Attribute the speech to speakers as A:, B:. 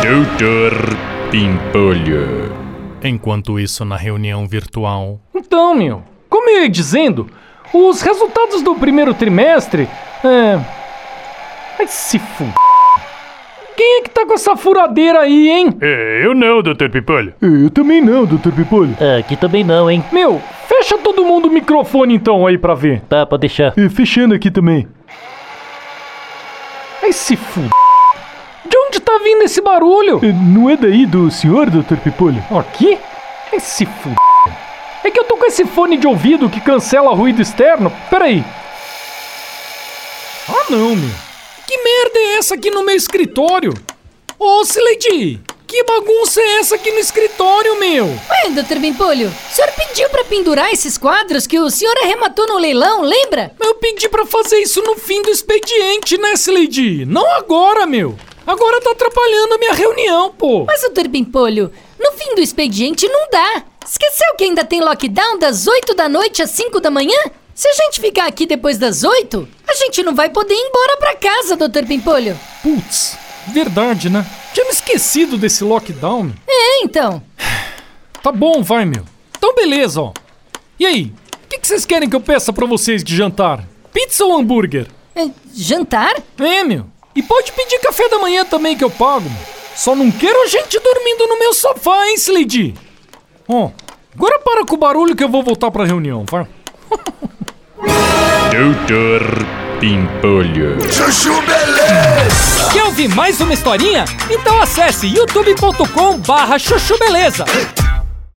A: Doutor Pimpolho.
B: Enquanto isso, na reunião virtual,
C: Então, meu, como eu ia dizendo, os resultados do primeiro trimestre. É. Ai, se f. Quem é que tá com essa furadeira aí, hein?
A: Eu não, Doutor Pimpolho.
C: Eu também não, Dr. Pipolho.
D: Ah, Aqui também não, hein?
C: Meu, fecha todo mundo o microfone então aí pra ver.
D: Tá, pode deixar.
C: fechando aqui também. Ai, se f. De onde tá vindo esse barulho?
E: Não é daí do senhor, Dr. Pipolho?
C: Aqui? Ai, se f. É que eu tô com esse fone de ouvido que cancela ruído externo. Peraí. Ah, não, meu. Que merda é essa aqui no meu escritório? Ô, Sileidi, que bagunça é essa aqui no escritório, meu?
F: Ué, doutor Bimpolho, o senhor pediu pra pendurar esses quadros que o senhor arrematou no leilão, lembra?
C: Eu pedi pra fazer isso no fim do expediente, né, Sileidi? Não agora, meu. Agora tá atrapalhando a minha reunião, pô.
F: Mas, doutor Bimpolho, no fim do expediente não dá. Esqueceu que ainda tem lockdown das 8 da noite às 5 da manhã? Se a gente ficar aqui depois das 8, a gente não vai poder ir embora pra casa, doutor Bimpolho.
C: Putz, verdade, né? Tinha me esquecido desse lockdown, meu.
F: É, então.
C: Tá bom, vai, meu. Então, beleza, ó. E aí, o que, que vocês querem que eu peça pra vocês de jantar? Pizza ou hambúrguer?
F: É, jantar?
C: É, meu. E pode pedir café da manhã também que eu pago, meu. Só não quero gente dormindo no meu sofá, hein, Slady? Ó, agora para com o barulho que eu vou voltar pra reunião, vai.
A: Doutor Pimpolho.
C: Quer ouvir mais uma historinha? Então acesse youtube.com barra chuchu beleza.